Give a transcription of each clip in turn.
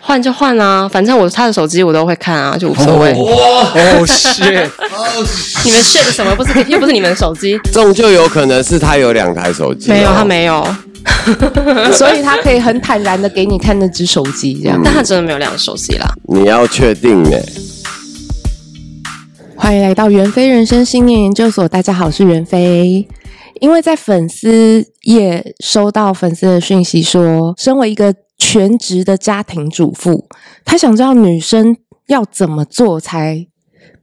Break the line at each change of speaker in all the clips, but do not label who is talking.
换就换啊，反正我他的手机我都会看啊，就无所谓。
哇，
哦，shit，
你们 share 什么？不是又 不是你们的手机，
这就有可能是他有两台手机哦，
没有他没有，
所以他可以很坦然的给你看那只手机，这样。
但他真的没有两个手机啦。
你要确定哎，
欢迎来到袁飞人生信念研究所，大家好，我是袁飞。因为在粉丝页收到粉丝的讯息说，身为一个全职的家庭主妇，她想知道女生要怎么做才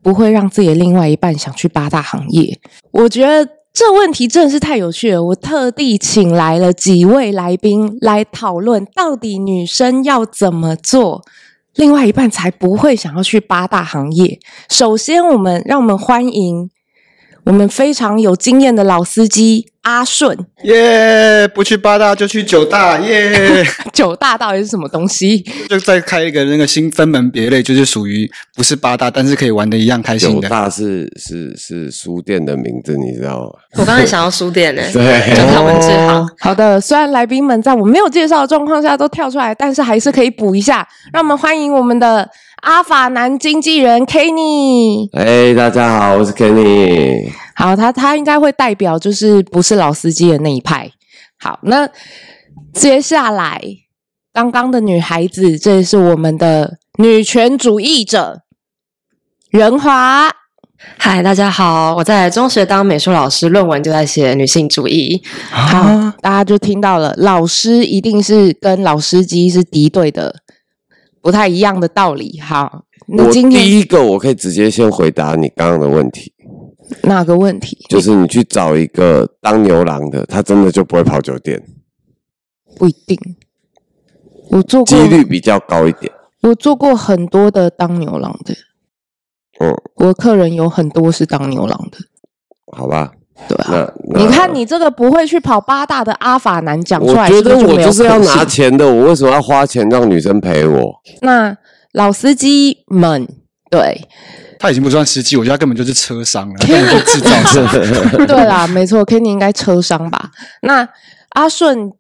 不会让自己的另外一半想去八大行业。我觉得这问题真的是太有趣了，我特地请来了几位来宾来讨论，到底女生要怎么做，另外一半才不会想要去八大行业。首先，我们让我们欢迎我们非常有经验的老司机阿顺。
耶！不去八大就去九大，耶！
九大到底是什么东西？
就再开一个那个新分门别类，就是属于不是八大，但是可以玩的一样开心
九
的。
大是是是书店的名字，你知道吗？
我刚才想要书店呢、欸，
对，
就看文字好。
好的，虽然来宾们在我没有介绍的状况下都跳出来，但是还是可以补一下。让我们欢迎我们的阿法男经纪人 Kenny。
哎，大家好，我是 Kenny。
好，他他应该会代表就是不是老司机的那一派。好，那接下来刚刚的女孩子，这也是我们的女权主义者仁华。
嗨，大家好，我在中学当美术老师，论文就在写女性主义。
啊
好，啊大家就听到了，老师一定是跟老司机是敌对的，不太一样的道理。好，那
我
今
第
天
一个我可以直接先回答你刚刚的问题，
那个问题
就是你去找一个当牛郎的，他真的就不会跑酒店，
不一定。我做
几
过，
率比较高一点。
我做过很多的当牛郎的，
嗯，
我的客人有很多是当牛郎的，
好吧，
对啊。
那那
你看，你这个不会去跑八大的阿法男讲出
我
来，
觉得
是不
我
没有
就是要
可
拿
信
钱的，我为什么要花钱让女生陪我？
那老司机们，对，
他已经不算司机，我觉得他根本就是车商了，他根本就制造商。
对啦，没错，Kenny 应该车商吧？那阿顺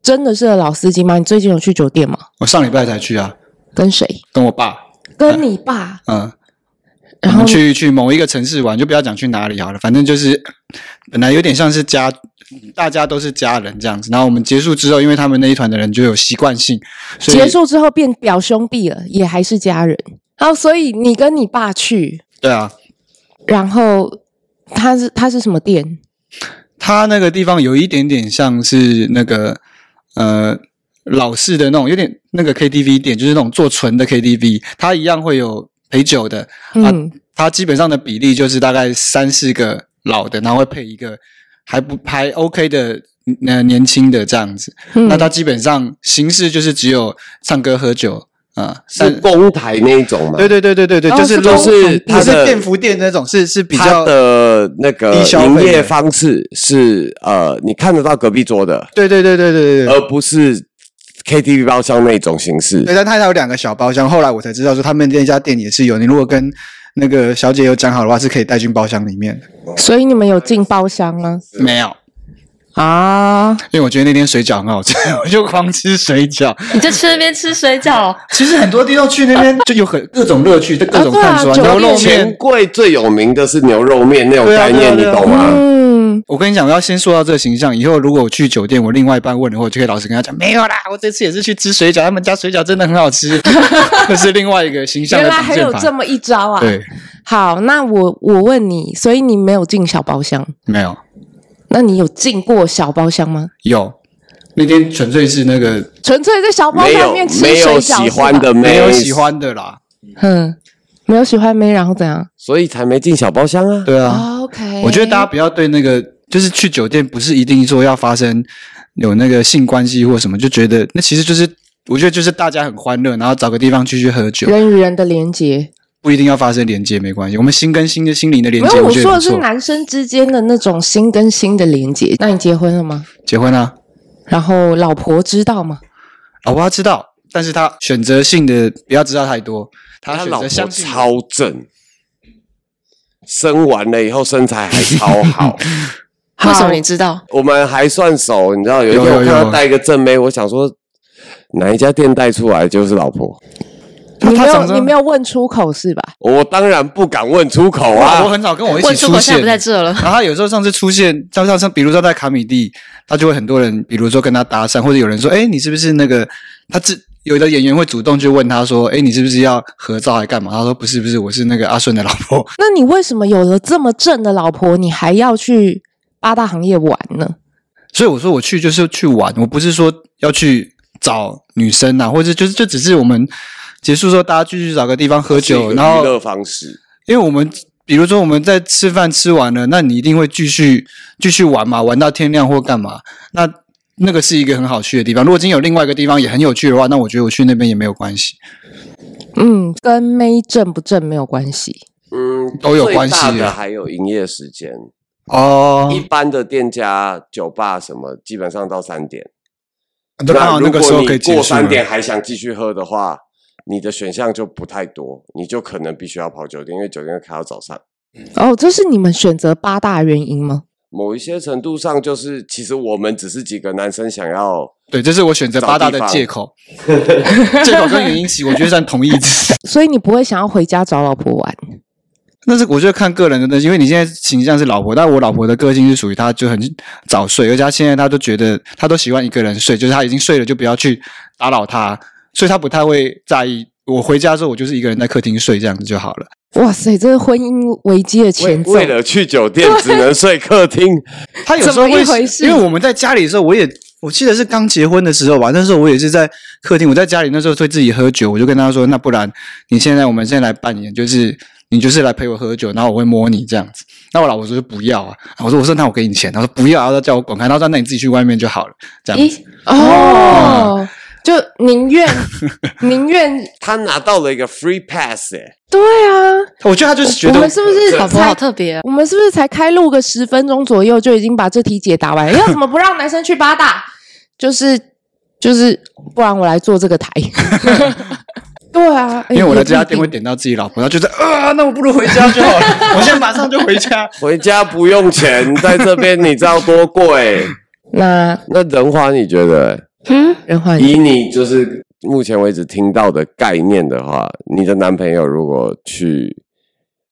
真的是个老司机吗？你最近有去酒店吗？
我上礼拜才去啊，
跟谁？
跟我爸，
跟你爸？
嗯，我
然后
们去去某一个城市玩，就不要讲去哪里好了，反正就是本来有点像是家，大家都是家人这样子。然后我们结束之后，因为他们那一团的人就有习惯性，所以
结束之后变表兄弟了，也还是家人。然后，所以你跟你爸去，
对啊，
然后他是他是什么店？
它那个地方有一点点像是那个呃老式的那种，有点那个 KTV 店，就是那种做纯的 KTV，它一样会有陪酒的，啊
嗯，
它基本上的比例就是大概三四个老的，然后会配一个还不还 OK 的。呃，年轻的这样子，
嗯
那它基本上形式就是只有唱歌喝酒啊，
是
但
公台那一种吗？
对对对对对对，
哦
就是
是
就
公
是
它
不是
的
便服店那种，是是比
他
较
的那个
低消费
营
的
业方式是呃，你看得到隔壁桌的，
对对对对对对对，
而不是 KTV 包厢那种形式。
对，但他有两个小包厢。后来我才知道说，他们那家店也是有，你如果跟那个小姐有讲好的话，是可以带进包厢里面的。
所以你们有进包厢吗？
没有，
啊，
因为我觉得那天水饺很好吃， 我就狂吃水饺。
你就吃那边吃水饺，
其实很多地方去那边就有很各种乐趣，各种
对啊
探索、
酒
牛肉
店
钱
面。
柜最有名的是牛肉面那种
对啊
概念，你
对啊对啊
懂吗？
嗯，
我跟你讲，我要先说到这个形象。以后如果我去酒店，我另外一半问的话，我就可以老实跟他讲，没有啦，我这次也是去吃水饺，他们家水饺真的很好 吃。这是另外一个形象
原
的
来
挡
还有
箭
这
牌。
么一招啊！
对，
好，那我我问你，所以你没有进小包厢，
没有
那你有进过小包厢吗？
有。那天纯粹是那个
纯粹在小包
没
厢
有
里面吃
没
水
有
饺，
喜欢的
是吧，
妹，
没有喜，欢的啦，
嗯，没有喜欢妹，然后怎样、
所以才没进小包厢啊。
对啊，
o k
我觉得大家不要对那个，就是去酒店不是一定说要发生有那个性关系或什么，就觉得那其实就是，我觉得就是大家很欢乐，然后找个地方去去喝酒，
人与人的连接，
不一定要发生连接，没关系。我们心跟心的心灵的连
没
接，
有，我
觉得
说
不
的是
错。
男生之间的那种心跟心的连接。那你结婚了吗？
结婚啊，
然后老婆知道吗？
老婆她知道，但是她选择性的不要知道太多，她
他
选
老
择
婆
相信我。
超正，生完了以后身材还超 好。
为什么你知道？
我们还算熟，你知道有一天
有有
我看
有
他带一个正妹，我想说哪一家店带出来就是老婆。
他
你没
他长
有
这
你
样
没有问出口是吧？
我当然不敢问出口
哇我
啊，
很少跟我一
问
起
出口
出
现在
现
不。在这了，
然后他有时候上次出现，像像像，比如说在卡米蒂，他就会很多人，比如说跟他搭讪，或者有人说，哎，你是不是那个？他自有的演员会主动去问他说，哎，你是不是要合照还干嘛？他说不是不是，我是那个阿顺的老婆。
那你为什么有了这么正的老婆，你还要去八大行业玩呢？
所以我说我去就是去玩，我不是说要去找女生啊，或者就是就只是我们结束之后大家继续找个地方喝
是
酒，
一个
然
娱乐
后
方式。
因为我们比如说我们在吃饭吃完了，那你一定会继续继续玩嘛，玩到天亮或干嘛，那那个是一个很好去的地方。如果今天有另外一个地方也很有趣的话，那我觉得我去那边也没有关系。
嗯，跟妹正不正没有关系。
嗯，
都有关系
最大的
啊
还有营业时间，
哦
一，般的店家、酒吧什么，基本上到三点。
那刚好
如
那个时
果
候可
你
以结
过
束
三点
了。
还想继续喝的话，你的选项就不太多，你就可能必须要跑酒店，因为酒店开到早上。
哦，这是你们选择八大原因吗？
某一些程度上，就是其实我们只是几个男生想要
对，这是我选择八大的
找地方
借口， 借口跟原因起，我觉得算同意之。
所以你不会想要回家找老婆玩？
那是我觉得看个人的东西，因为你现在形象是老婆，但我老婆的个性是属于她就很早睡，而且她现在她都觉得她都喜欢一个人睡，就是她已经睡了就不要去打扰她，所以她不太会在意。我回家之后，我就是一个人在客厅睡这样子就好了。
哇塞，这是婚姻危机的
为
前奏。
为了去酒店只能睡客厅，
她有时候
怎么一回
会，
事
因为我们在家里的时候，我也我记得是刚结婚的时候吧，那时候我也是在客厅，我在家里那时候会自己喝酒，我就跟她说，那不然你现在我们现在来扮演，就是你就是来陪我喝酒，然后我会摸你这样子。那我老婆说不要啊，我说我说那我给你钱，她说不要、啊，她叫我滚开，她说那你自己去外面就好了，这样子。
哦， 就宁愿宁愿
他拿到了一个 free pass 哎、
对啊，
我觉得她就是觉
我
得
们是不是
老婆
才
好特别哦，
我们是不是才开录个十分钟左右就已经把这题解答完了？要怎么不让男生去八大？就是 就是，不然我来做这个台。 对啊，哎
因为我
也
在
不
这家
一定
店会点到自己老婆，她觉得 啊，那我不如回家就好了，我现在马上就回 家。
回家不用钱，在这边你知道 多贵？
那
那仁华你觉得、
嗯，
人换
以你就是目前为止听到的概念的话，你的男朋友如果去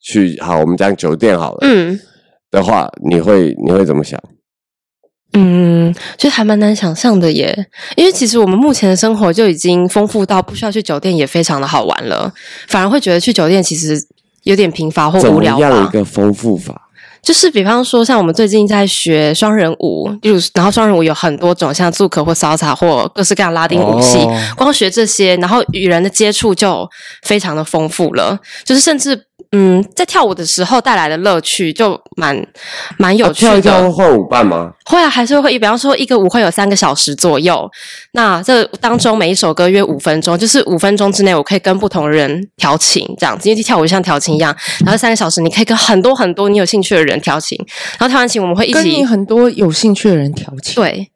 去好，我们讲酒店好了，
嗯
的话，你会你会怎么想？
嗯，就还蛮难想象的耶。因为其实我们目前的生活就已经丰富到不需要去酒店也非常的好玩了，反而会觉得去酒店其实有点贫乏或
怎
无
么
聊
样一
吧。
个丰富法？
就是比方说，像我们最近在学双人舞，例如，然后双人舞有很多种，像 z u k 或 salsa 或各式各样拉丁舞系。
哦
光学这些，然后与人的接触就非常的丰富了，就是甚至嗯，在跳舞的时候带来的乐趣就蛮蛮有趣
啊跳
的。
一跳换舞伴吗？
会啊，还是会，比方说一个舞会有三个小时左右，那这当中每一首歌约五分钟，就是五分钟之内我可以跟不同人调情这样子，因为跳舞就像调情一样，然后三个小时你可以跟很多很多你有兴趣的人调情，然后调完情我们会一
跟你
起
很多有兴趣的人调情。
对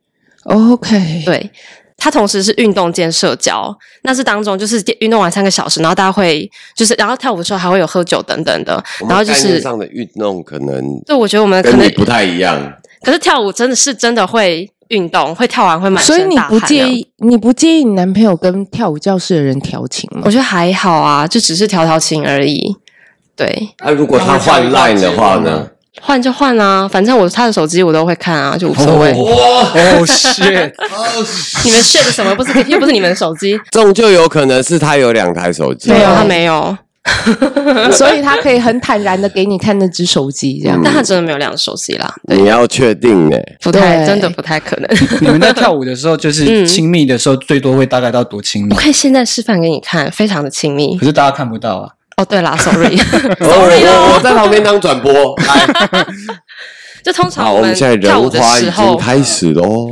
OK，
对，它同时是运动兼社交，那是当中就是运动完三个小时，然后大家会就是然后跳舞的时候还会有喝酒等等的，
我们
然后就
概念
是
上的运动可能
对，我觉得我们可
跟
能
你不太一样，
可是跳舞真的是真的会运动，会跳完会满
所以
身
你
大汗。
不介？意你不介意你男朋友跟跳舞教室的人调情吗
我？觉得还好啊，就只是调调情而已。对，
那、啊如果他换 line 的话呢？
换就换啊，反正我他的手机我都会看啊，就无所谓。
哇，
哦 shit，
你们 share 的什么？不是又不是你们的手 机？
这种就有可能是他有两台手机
没，有，他没有，
所以他可以很坦然的给你看那只手机，
嗯
这样。
但他真的没有两个手机啦，
你要确定呢、
不太
对
真的不太可能。
你们在跳舞的时候，就
嗯
是亲密的时候，最多会大概到多亲密
我？可以现在示范给你看，非常的亲密
可。是大家看不到啊。
哦，对啦，sorry，
哦，我我我在旁边当 转播。来，
就通常
好，我
们
们现在
跳舞
人
的
花已
时
经
候，
开始 喽，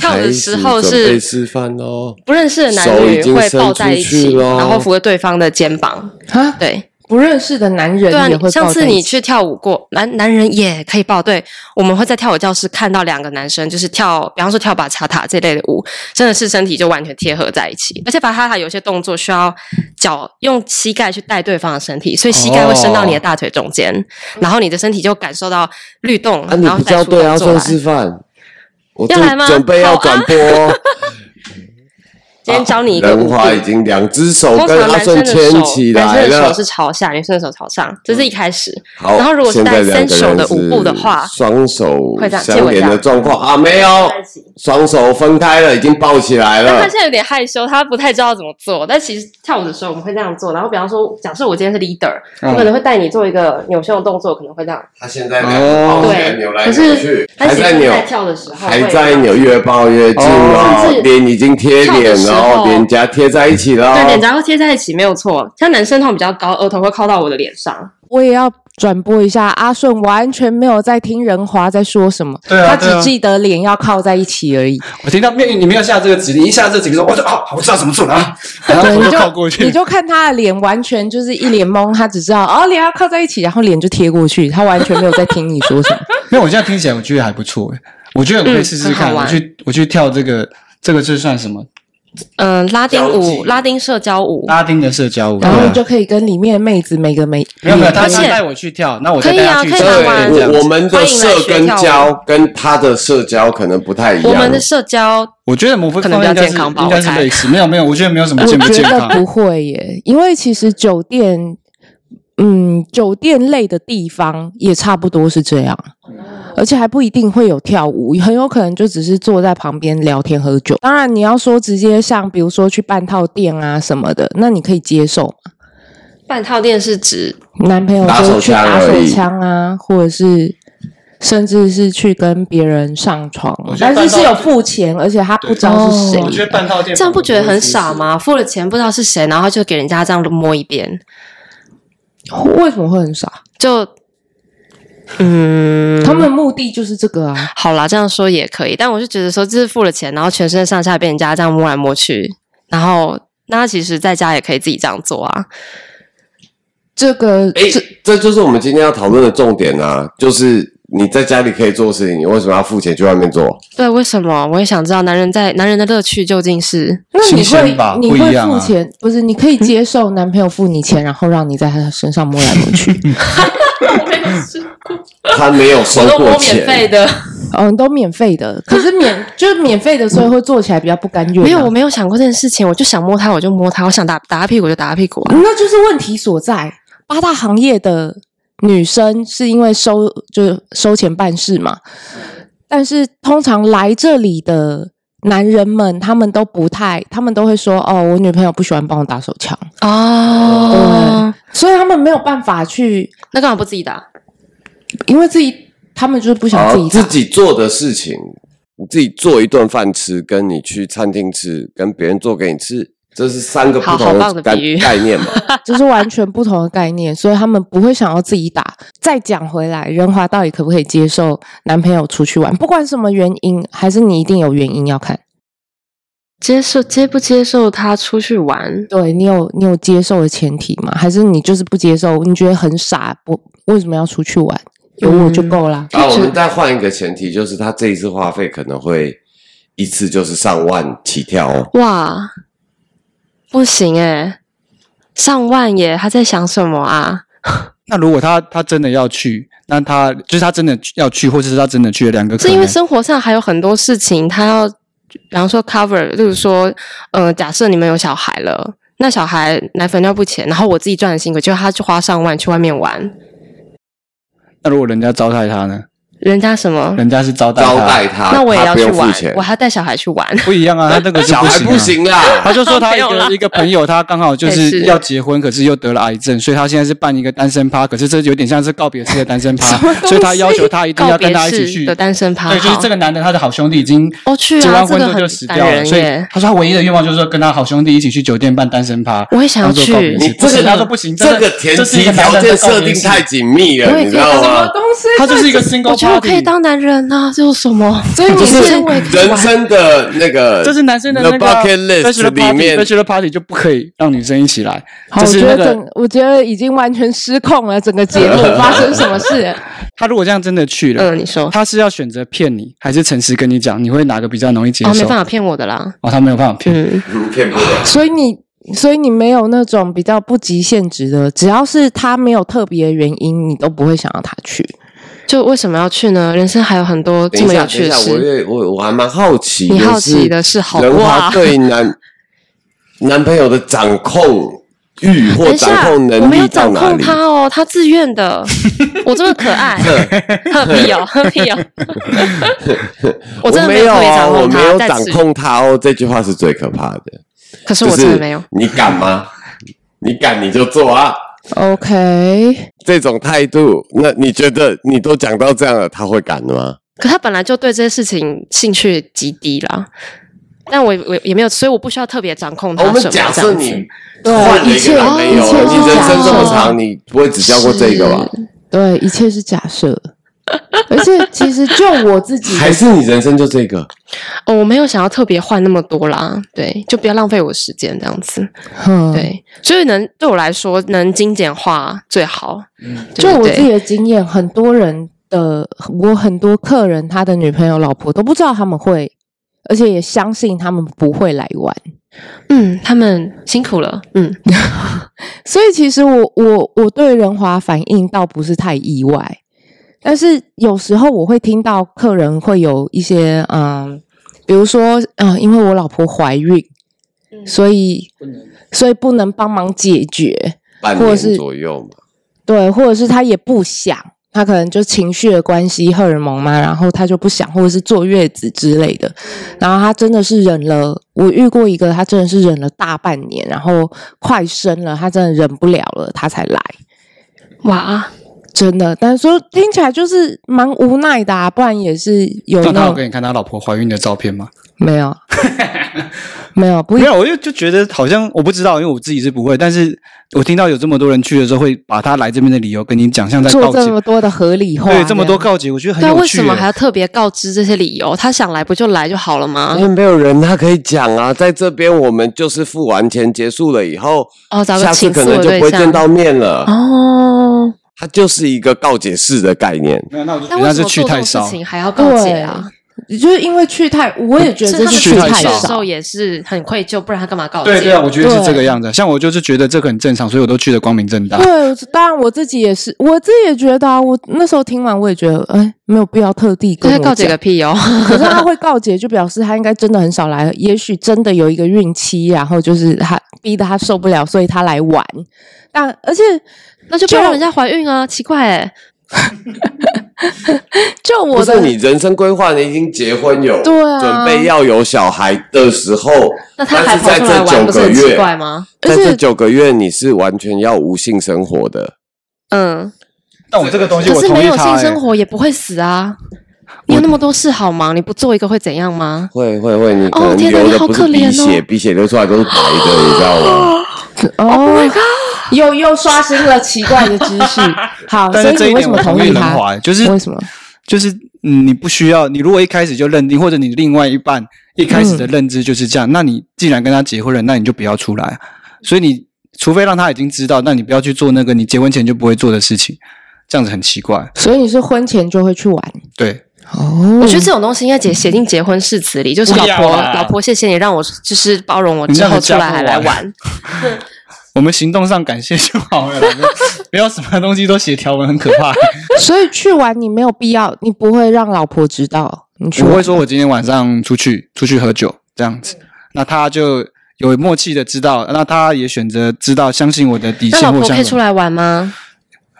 跳舞的时候
开始准备
是
哦示范喽。
不认识的男
手已
女
经
会
伸
抱在
出
一
去
起，
咯
然后扶着对方的肩膀，
嗯
啊，
对。
不认识的男
对啊
人也会，
上
抱
次
在一
你
起
去跳舞过，男男人也可以抱。对，我们会在跳舞教室看到两个男生，就是跳，比方说跳把恰塔这类的舞，真的是身体就完全贴合在一起。而且把恰塔有些动作需要脚用膝盖去带对方的身体，所以膝盖会伸到你的大腿中间，然后你的身体就感受到律动，
啊，你
然后
不知
带
道
出
对
动
要
作
做
来。
示范，我
要
正
来吗啊
准备要转播哦。 啊
今天教你一个舞
人
步
华已经两只手
通
跟
常
阿
男生
顺
的
牵
手，
起
男
来
生的
了
手。是朝下，女生的手朝上，这是一开始。
好，
然后如果是
现在
带
两
三
个
手
人
的舞步的
是
话
双手
会这样借
相
我一
连
下
的状况啊，没有，
在一起
双手分开了，已经抱起
嗯
来
但他
了
现。在有点害羞，他不太知道怎么做。但其实跳舞的时候我们会这样做，然后比方说，假设我今天是 leader，、
嗯
我可能会带你做一个扭胸的动作，可能会这样。
他现在
哦
抱起来
对
扭来
可
扭
是
去，
但
还
其实
在扭，
在跳的时候
还
会
在扭，越抱越近
哦
甚
哦
至，
脸已经贴
跳的
脸
时
了哦，
候
脸颊贴在一起了
对，脸
哦。
颊会贴在一起，没有错。像男生头比较高，额头会靠到我的脸上。
我也要转播一下，阿顺完全没有在听仁华在说什么，
对啊
他
对啊
只记得脸要靠在一起 而已。
我听到没有？你没有下这个指令，一下这个指令说，我就啊，我知道怎么做了啊，然后
对，
我
你
就靠过
你
去。
就看他的脸，完全就是一脸懵，他只知道哦，脸要靠在一起，然后脸就贴过去，他完全没有在听你说 什么。
没有，我现在听起来我觉得还不错哎，我觉得我可以
嗯
试试
很好
看，我啊
玩
去我去跳这个，这个是算什么？
嗯、拉丁
交际
舞、拉丁社交舞，
拉丁的社交舞。
然后
对
你
啊
就可以跟里面的妹子每个每
没有没有，他
而
他
且
带我去跳，那我
可
再
以
带他
啊
去
可以
跳
来玩
这样
我
子
我们的社跟
欢迎来学跳
交跟他的社交可能不太一样。
我们的社交
我觉得某部
可
分
能比较
应该是
健康吧
应该是
我猜
类似。没有没有，我觉得没有什么
我
健不
觉
健
得
康。
不会耶，因为其实酒店，嗯，酒店类的地方也差不多是这样，而且还不一定会有跳舞，很有可能就只是坐在旁边聊天喝酒。当然，你要说直接像比如说去半套店啊什么的，那你可以接受嘛。
半套店是指
男朋友
打手
就去
枪
打
而
手
已
枪啊，或者是。甚至是去跟别人上床啊
我，觉得
但
半
是
套
是有付钱，而且他不知道是谁
哦。我觉
半套店
这样不觉得很傻？
嗯
吗？付了钱不知道是谁，然后就给人家这样摸一遍，
为什么会很傻？
就嗯，
他们目的就是这个啊。
好啦，这样说也可以，但我是觉得说，这是付了钱，然后全身上下被人家这样摸来摸去，然后那他其实在家也可以自己这样做啊。
这个
哎
这，
这就是我们今天要讨论的重点啊，就是你在家里可以做事情，你为什么要付钱去外面做？
对，为什么？我也想知道，男人在男人的乐趣究竟是
那
新
你
鲜吧
会你
不一
会
样啊
付钱，不是？你可以接受男朋友付你钱，然后让你在他身上摸来摸 去，
他没有收
我都
过
摸免费
钱，
的，
嗯，都免费的。可是免 就是免费的，所以会做起来比较不甘愿啊。
没有，我没有想过这件事情，我就想摸他，我就摸他，我想打打他屁股就打他屁股啊。
那就是问题所在。八大行业的女生是因为收就是收钱办事嘛，但是通常来这里的男人们，他们都不太，他们都会说哦，我女朋友不喜欢帮我打手枪，
啊哦，
所以他们没有办法去，
那干嘛不自己打？
因为自己他们就是不想
好
哦
自己
哦
打
自己做的事情，你自己做一顿饭吃，跟你去餐厅吃，跟别人做给你吃，这是三个不
好
同
好棒的
概
比喻
概念嘛。
就是完全不同的概念，所以他们不会想要自己打。再讲回来，仁华到底可不可以接受男朋友出去玩？不管什么原因，还是你一定有原因要看。
接受接不接受他出去玩？
对你有你有接受的前提吗？还是你就是不接受？你觉得很傻，不为什么要出去玩？有我就够啦。
啊，我们再换一个前提，就是他这一次花费可能会一次就是上万起跳哦。
哇，不行哎、上万耶！他在想什么啊？
那如果他他真的要去，那他就是他真的要去，或者是他真的去了两个可
是
能，
因为生活上还有很多事情，他要，比方说 cover，例如说，呃，假设你们有小孩了，那小孩奶粉尿布钱，然后我自己赚的辛苦，就他去花上万去外面玩，
那如果人家招待他呢？
人家什么？
人家是招待他
招待他，
那我也
他
要
不
去
用付
玩
钱，
我还要带小孩去玩。
不一样啊，他那个就
小
不
孩
行、啊，
不。行啦。
他就说他 一
没有
个
啦
一个朋友，他刚好就
没
是
事
要结婚，可是又得了癌症，所以他现在是办一个单身趴，可是这有点像是告别式的单身趴
什么，东
所以他
西
要求他一定
告
要跟
别
他一起
式
去
的单身趴，
对，就是
好
这个男的，他的好兄弟已经
哦去啊
结完婚之
这
后
个很
就死掉
感
了，
人
所以
耶
他说他唯一的愿望就是说跟他好兄弟一起去酒店办单身趴。
我也想要
当做告别
去
式
你
不
这
行，
个
他说不行，
这个
真的
前
这是一
提
个男
条
人的
件
告别
设定
式
太紧密了，
我也
你
觉
知
得
道吗？
东西
他就是一个 single
我觉得我可
party
以。当男人啊，这有什 么？
所以 你
就是
是
我也可以
人
玩。
生的那个，
这是男生的那
呃 The
个啊
bucket list
bachelor
里
party，
面
bachelor party 就不可以让女生一起来，
好，
就
我
是
觉
那
得
个
整，我觉得已经完全失控了。整个节目发生什么事？
他如果这样真的去了，
嗯，你说
他是要选择骗你，还是诚实跟你讲？你会哪个比较容易接
哦，没
受
办？法骗我的啦。
哦，他没有办法骗。
嗯，
嗯骗不了。
所以你，所以你没有那种比较不极限值的，只要是他没有特别的原因，你都不会想要他去。
就为什么要去呢？人生还有很多这
等一
么
下，
有
等
趣
一
的
下，我
事。
也我我还蛮好奇，
你好奇的是
是
好啊
人
话
华对男男朋友的掌控 欲或
等一
掌
下，
控
我
能
没
力
有
到
掌
哪
控
里？
他哦，他自愿的。 我这么可 爱，呵屁哦，呵屁哦。我真的
没
没有特别
啊
掌
我
控
没
他，
有
在
掌
此
控他哦，这句话是最可怕的。
可是
就
我
是
真的没有。
你敢吗？你敢你就做啊！
OK，
这种态度，那你觉得你都讲到这样了，他会敢的吗？
可他本来就对这些事情兴趣极低啦。但我我也没有，所以我不需要特别掌控他
哦我
什么
们
这
假
样
设
子。
你换了一个男朋友，
一切
一切哦
你人生这么
假设
长，你不会只交过这一个吧？
是？对，一切是假设。而且其实就我自己的
还是你人生就这个？
哦，我没有想要特别换那么多啦，对，就不要浪费我时间这样子。
哼，
对，所以能对我来说能精简化最好。
就
对不
我
对
自己的经验，很多人的我很多客人，他的女朋友、老婆都不知道他们会，而且也相信他们不会来玩。
嗯，他们辛苦了，嗯，
所以其实我我我对人华反应倒不是太意外，但是有时候我会听到客人会有一些嗯，比如说嗯，因为我老婆怀孕，所以所以不能帮忙解决，
半
或
年
是
左右嘛，
对，或者是他也不想，他可能就情绪的关系，荷尔蒙嘛，然后他就不想，或者是坐月子之类的。然后他真的是忍了，我遇过一个，他真的是忍了大半年，然后快生了，他真的忍不了了，他才来，
哇，
真的。但是说听起来就是蛮无奈的、啊，不然也是有
那他
那
有
种
给你看他老婆怀孕的照片吗？
没 有，没有，不
嗯
没有，我就就觉得好像我不知道，因为我自己是不会。但是我听到有这么多人去的时候，会把他来这边的理由跟你讲，像在
做
告
这
解
么，多的合理化，
对，这么多告解，我觉得很
对啊，
有
为
趣耶。
什么还要特别告知这些理由？他想来不就来就好了吗
因？为没有人他可以讲啊，在这边我们就是付完钱结束了以后，
哦，找
下
个
次
倾
可
诉
能
的
就不
对
会
象
见到面了。
哦。
它就是一个告解式的概念，
没有，那我就觉
但
得
为
那
什
是
么
去
做这
太
种事
少。
情还要告解
对
啊？。
就是因为去太，我也觉得
是他
这
们
是
去太
去
少
的时候也是很愧疚，不然他干嘛告解？
对对啊，我觉得是
对
这个样子。像我就是觉得这个很正常，所以我都去的光明正大。
对，当然我自己也是，我自己也觉得啊，我那时候听完我也觉得，哎，没有必要特地
这
跟
是
我
告解
讲
个屁哦！
可是他会告解，就表示他应该真的很少来，也许真的有一个孕期，啊然后就是他逼得他受不了，所以他来玩。但而且
那就不要让人家怀孕啊，奇怪哎、
就
不
我
是
的
你人生规划，你已经结婚有，
对啊
准备要有小孩的时候，
那他还
但是
跑
在
出来
这
玩，
九
不是
个
很奇怪
月，
吗？
而
在
且
这九个月你是完全要无性生活的，
嗯，
但我这个东西
可
我
是
同
没
意
有
他
性
欸
生。活也不会死啊。你有那么多事好忙，你不做一个会怎样吗？
会会会，你可
哦
能
天哪
流
你
的
好
不
可
是
怜
鼻
哦
血，鼻血流出来都是白的，你知道吗？
Oh
哦，又又刷新了奇怪的知 识。好，
但
啊所
是
以
这
你
一
为
点
什么
我
同
意
意
人
他？
华欸，就是
为什么？
就是嗯，你不需要，你如果一开始就认定，或者你另外一半一开始
嗯
的认知就是这样，那你既然跟他结婚了，那你就不要出来啊。所以你除非让他已经知道，那你不要去做那个你结婚前就不会做的事情，这样子很奇怪。
所以你是婚前就会去玩
对，
哦？
我觉得这种东西应该写写进结婚誓词里，就是老
嗯不
婆
要，啦
老婆，谢谢你让我就是包容我
你
之
这样
后
很
出来
家
还
破
来
我
玩。
我们行动上感谢就好了啦，不要 不要什么东西都写条文，很可怕。
所以去玩你没有必要，你不会让老婆知道你去
我
玩
会。说我今天晚上出去出去喝酒这样子，
嗯
那他就有默契的知道，那他也选择知道相信我的底
那
线
老
或
婆可以
相
出
信，
来玩吗？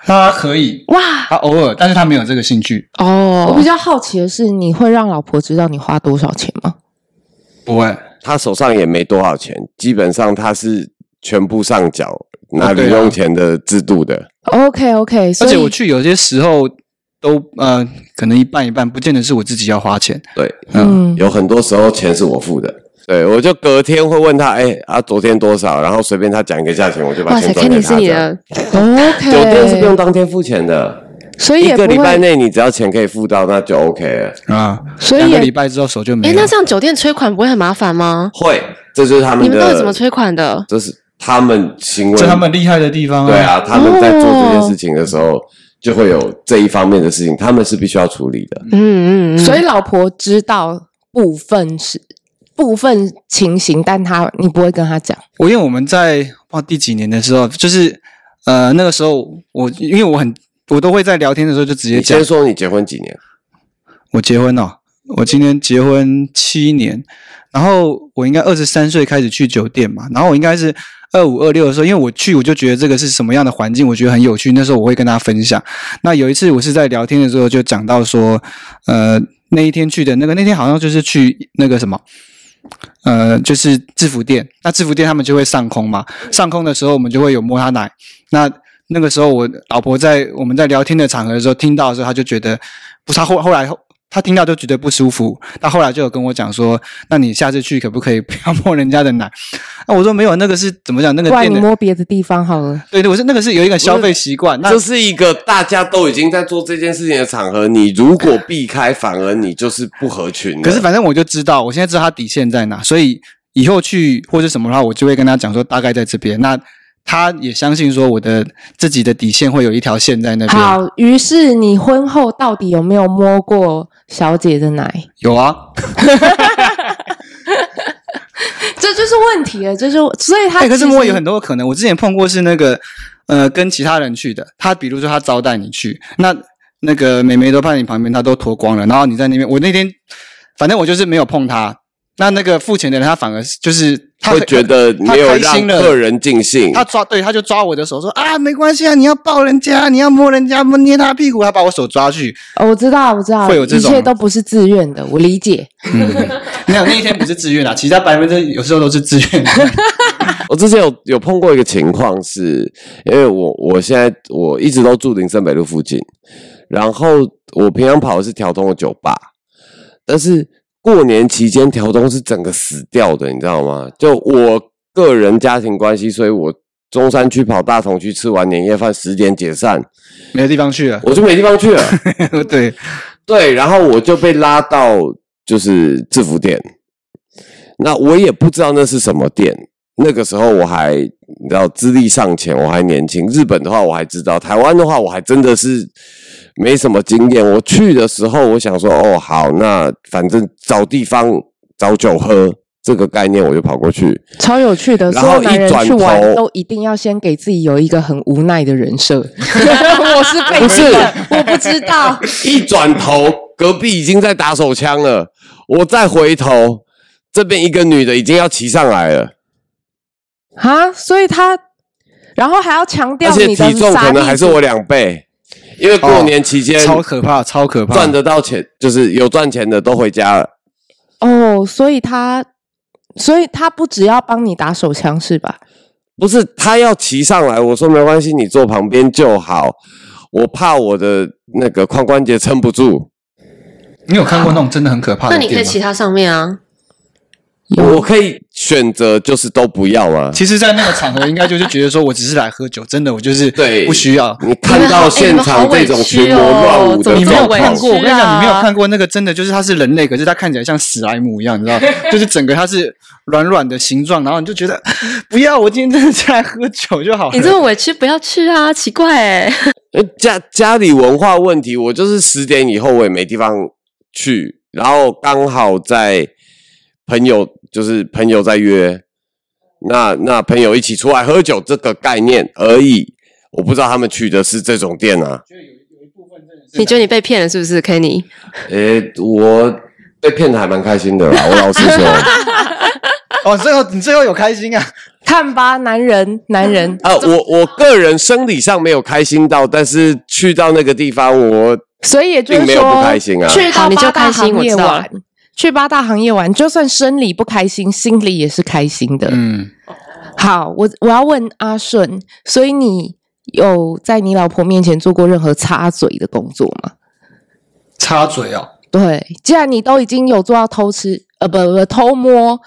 他可以，
哇
他偶尔，但是他没有这个兴趣，
我比
哦，
较好奇的是，你会让老婆知道你花多少钱吗？
不会。
他手上也没多少钱，基本上他是全部上缴拿
哦对啊
零用钱的制度的，
OK OK，
而
所
且我
以
去有些时候都呃，可能一半一半，不见得是我自己要花钱。
对，
嗯，
有很多时候钱是我付的。对，我就隔天会问他，哎、啊，昨天多少？然后随便他讲一个价钱，我就把
哇塞
钱转给
，Kenny 是
他。
你
这样
的，哎
酒店是不用
OK，
当天付钱的，
所以
一
也
个
不
礼拜
会，
内你只要钱可以付到，那就 OK 了。
啊，
所以
两个礼
也
拜之后手就没
哎，
了。
那这样酒店催款不会很麻烦吗？
会，这就是他们
你
的。
们到底怎么催款的？
这是他们行为，
这他们厉害的地方啊！
对，啊，他们在做这
哦
件事情的时候，就会有这一方面的事情，他们是必须要处理的。
嗯嗯嗯，
所以老婆知道部分是部分情形，但她你不会跟她讲。
我因为我们在忘第几年的时候，就是呃那个时候我因为我很我都会在聊天的时候就直接
你
讲
先。说你结婚几年？
我结婚哦，我今年结婚七年，然后我应该二十三岁开始去酒店嘛，然后我应该是二五二六的时候，因为我去我就觉得这个是什么样的环境，我觉得很有趣，那时候我会跟大家分享。那有一次我是在聊天的时候就讲到说，呃，那一天去的那个那天好像就是去那个什么。呃，就是制服店，那制服店他们就会上空嘛，上空的时候我们就会有摸他奶，那那个时候我老婆在我们在聊天的场合的时候听到的时候，她就觉得不是，她后后来她听到就觉得不舒服，她后来就有跟我讲说，那你下次去可不可以不要摸人家的奶？啊，我说没有，那个是怎么讲？那个
不然
店
你
的
摸别的地方好了。
对对，我是那个是有一个消费习惯，那
这是一个大家都已经在做这件事情的场合，你如果避开，反而你就是不合群的。
可是反正我就知道，我现在知道他底线在哪，所以以后去或者什么的话，我就会跟他讲说大概在这边。那他也相信说我的自己的底线会有一条线在那边。
好，于是你婚后到底有没有摸过小姐的奶？
有啊，
这就是问题了，这就是所以他、
哎、可是
其实
摸有很多可能。我之前碰过是那个呃跟其他人去的，他比如说他招待你去，那那个美眉都在你旁边，她都脱光了，然后你在那边，我那天反正我就是没有碰她。那那个付钱的人，他反而是就是他
会觉得没有
他开
让
心了
客人尽兴，
他抓对，他就抓我的手说啊，没关系啊，你要抱人家，你要摸人家，摸捏他屁股，他把我手抓去。
哦我知道，我知道，
会有这
一
种
切都不是自愿的，我理解。
嗯， 没有那一天不是自愿啦，啊其他百分之有时候都是自愿的。
我之前有有碰过一个情况是，因为我我现在我一直都住林森北路附近，然后我平常跑的是条东的酒吧，但是过年期间条东是整个死掉的，你知道吗？就我个人家庭关系，所以我中山区跑大同区吃完年夜饭十点解散，
没有地方去了，
我就没地方去了。
对，
对，然后我就被拉到就是制服店，那我也不知道那是什么店。那个时候我还你知道资历尚浅，我还年轻。日本的话我还知道，台湾的话我还真的是没什么经验。我去的时候，我想说哦好，那反正找地方找酒喝这个概念，我就跑过去。
超有趣的，
然
所
后
有男人
一转
去玩
头
都一定要先给自己有一个很无奈的人 设。我是被不
是
我不知 道，
一转头，隔壁已经在打手枪了。我再回头，这边一个女的已经要骑上来了。
啊，所以他，然后还要强调
而且
你的
体重可能还是我两倍，因为过年期间
哦超可怕，超可怕。
赚得到钱，就是有赚钱的都回家了。
哦，所以他，所以他不只要帮你打手枪是吧？
不是他要骑上来，我说没关系，你坐旁边就好。我怕我的那个髋关节撑不住，
你有看过那种真的很可怕的
那
店吗？
你可以骑他上面啊，
我可以选择就是都不要啊嘛。
其实，在那个场合，应该就是觉得说我只是来喝酒，真的，我 就是
对
不需要。
你看到现场这种群魔乱舞的
你
你
们
没
好
有
委屈哦
看过，我跟你讲，你没有
啊
看过那个真的，就是他是人类，可是他看起来像史莱姆一样，你知道，就是整个他是软软的形状，然后你就觉得 不要，我今天真的是来喝酒就好了。
你这么委屈，不要去啊，奇怪哎、
呃家家里文化问题，我就是十点以后我也没地方去，然后刚好在朋友就是朋友在约，那那朋友一起出来喝酒这个概念而已，我不知道他们去的是这种店啊。
你觉得你被骗了是不是，Kenny？
诶、我被骗的还蛮开心的啦，我老实 说
哦，最后你最后有开心啊？
看吧，男人，男人，
啊，我我个人生理上没有开心到，但是去到那个地方我
所以也就是
并没有
说，
不开心啊
去
好
到
你就
八大
开心
行业
我知道
玩，去八大行业玩，就算生理不开心，心里也是开心的。
嗯，
好，我我要问阿顺，所以你有在你老婆面前做过任何插嘴的工作吗？
插嘴哦，
对，既然你都已经有做到偷吃，呃，不不，偷摸，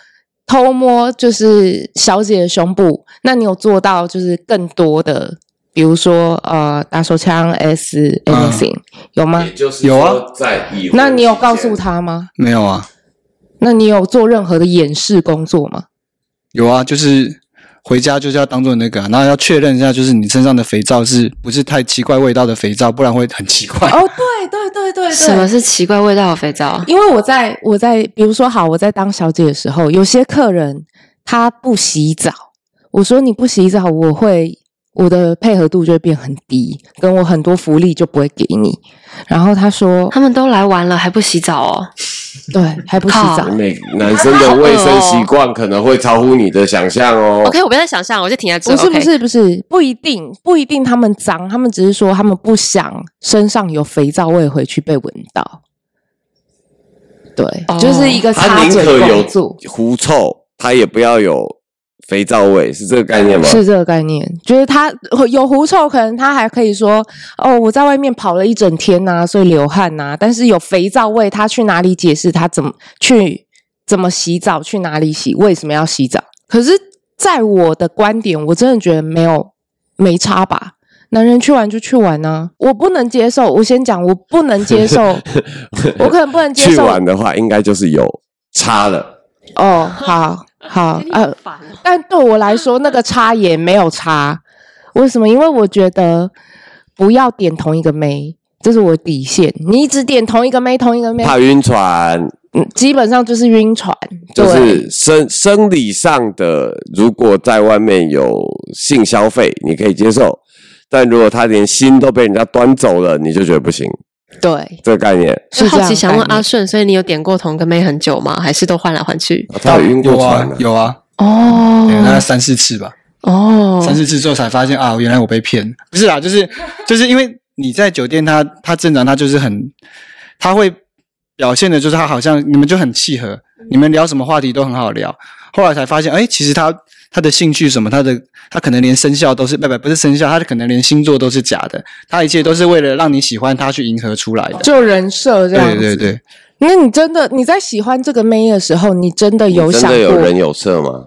偷摸就是小姐的胸部，那你有做到就是更多的，比如说呃，打手枪 S
嗯
anything、有吗？
就是
有啊，
在以
那你有告诉他吗？
没有啊，
那你有做任何的掩饰工作吗？
有啊，就是回家就是要当做那个、啊，然后要确认一下，就是你身上的肥皂是不是太奇怪味道的肥皂，不然会很奇怪。
哦，对对对对对，
什么是奇怪味道的肥 皂？
因为我在我在比如说好，我在当小姐的时候，有些客人他不洗澡，我说你不洗澡，我会我的配合度就会变很低，跟我很多福利就不会给你。然后他说
他们都来玩了还不洗澡哦，：“
对，还不洗
靠
澡。”
每男生的卫生习惯可能会超乎你的想象哦。
OK，我不要再想象了，我就停在这。
不是
OK
不，是不是，不一定不一定他们脏，他们只是说他们不想身上有肥皂味回去被闻到。对，
哦
就是一个
他
擦
宁
嘴
可有
工作，
狐臭，他也不要有肥皂味，是这个概念吗？
是这个概念。就是他有狐臭，可能他还可以说哦，我在外面跑了一整天呐、所以流汗呐、但是有肥皂味，他去哪里解释？他怎么去怎么洗澡？去哪里洗？为什么要洗澡？可是，在我的观点，我真的觉得没有没差吧。男人去玩就去玩呐、我不能接受。我先讲，我不能 接受，我可能不能接
去
受。
玩的话，应该就是有差了。
哦，好好，呃，
烦哦
但对我来说，那个差也没有差。为什么？因为我觉得不要点同一个妹，这是我底线。你一直点同一个妹，同一个妹，
怕晕船，
嗯基本上就是晕船。
就
对
是生生理上的，如果在外面有性消费，你可以接受；但如果他连心都被人家端走了，你就觉得不行。
对，
这个概念，
就
这
好
样
奇想问
概念
阿顺，所以你有点过同跟妹很久吗？还是都换来换去？
啊他有晕过
有啊
船、啊，
有啊，对大概
哦
三四次吧，
哦
三四次之后才发现啊，原来我被骗了。不是啦，就是就是因为你在酒店他，他正常，他就是很，他会表现的就是他好像你们就很契合，
嗯
你们聊什么话题都很好聊。后来才发现，哎，其实他他的兴趣什么，他的他可能连生肖都是不不不是生肖，他可能连星座都是假的，他一切都是为了让你喜欢他去迎合出来的。
就人设这样
对
子。
对对，
那你真的你在喜欢这个妹的时候，你真的有
你真
想过？
的有人有色吗？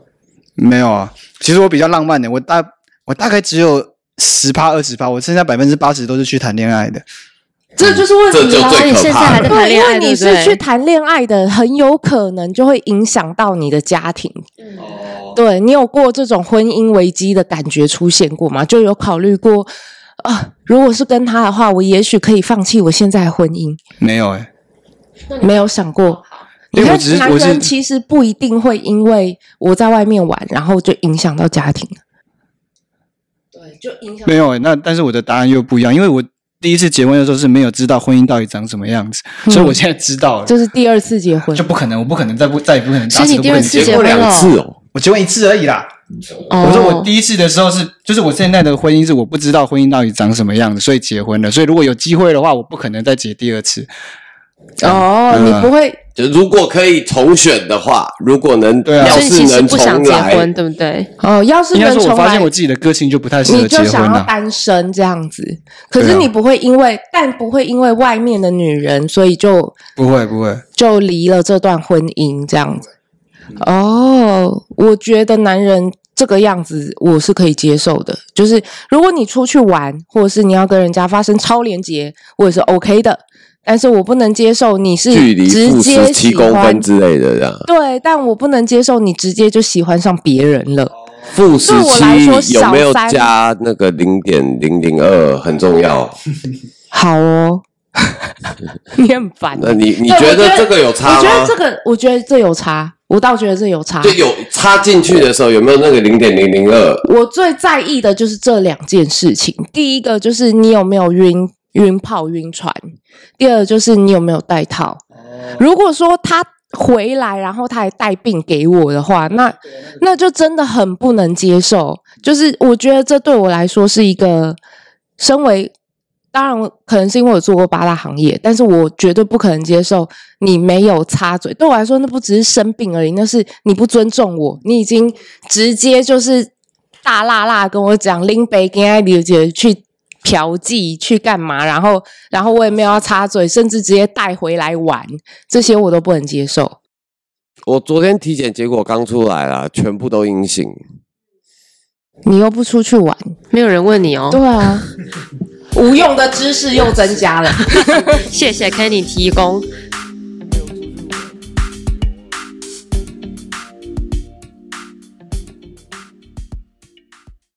没有啊，其实我比较浪漫的，我大我大概只有十趴二十趴，我剩下百分之八十都是去谈恋爱的。
这就是啊为什
这
么
就
要
最
哦所以你现在还在谈
对，因
恋爱，
为你
对不
是
对
去谈恋爱的，很有可能就会影响到你的家庭。
哦
对你有过这种婚姻危机的感觉出现过吗？就有考虑过啊？如果是跟他的话，我也许可以放弃我现在的婚姻，
没有哎、
没有想过。
因为
你
我
看
只是，
男
我
人
是
其实不一定会因为我在外面玩，然后就影响到家庭。对，就影响
没有、欸、那，但是我的答案又不一样，因为我第一次结婚的时候是没有知道婚姻到底长什么样子，
嗯
所以我现在知道了，
这是第二次结婚
就，不可能，我不可能再不再也不可能
所
达
以你
成
第二
问
次
题。
结婚
两
了
次哦，
我结婚一次而已啦。
哦
我说我第一次的时候是，就是我现在的婚姻是我不知道婚姻到底长什么样子，所以结婚了。所以如果有机会的话，我不可能再结第二次。
哦，
嗯
你不会
就如果可以重选的话，如果能，
对啊
要
所以你
是
其实
能
不
重
想结
来，
婚，对不对？
哦，要是
应该
能
说，我
重
发
来
现我，自己的个性就不太适合
你
结
就
啊
婚
想
了、
要单身这样子。可是你不会因为，但不会因为外面的女人，所以就
不会不会，
就离了这段婚姻这样子。哦，我觉得男人这个样子我是可以接受的，就是如果你出去玩，或者是你要跟人家发生超连接，我也是 OK 的。但是我不能接受你是
距离
嗯直
负
接
十七
喜
公
欢
分，之类的，这样
对，但我不能接受你直接就喜欢上别人了。
负十
对我来说
七有没有
小三
加那个零点零零二很重要？
好哦， 你很烦。哦
那你你
对
觉
我
得这个有差吗？
我觉得这个，我觉得这有差，我倒觉得这有差。
就有插进去的时候有没有那个零点零零二？
我最在意的就是这两件事情，第一个就是你有没有晕晕炮、晕船，第二就是你有没有戴套。
哦
如果说他回来，然后他还带病给我的话，那那就真的很不能接受。就是我觉得这对我来说是一个，身为当然我可能是因为我做过八大行业，但是我绝对不可能接受你没有插嘴。对我来说，那不只是生病而已，那是你不尊重我，你已经直接就是大辣辣跟我讲拎杯跟爱刘姐去。嫖妓去干嘛？然后，然后我也没有要插嘴，甚至直接带回来玩，这些我都不能接受。
我昨天体检结果刚出来啦，全部都阴性。
你又不出去玩，
没有人问你哦。
对啊， 无用的知识又增加了。
谢谢 Kenny 提供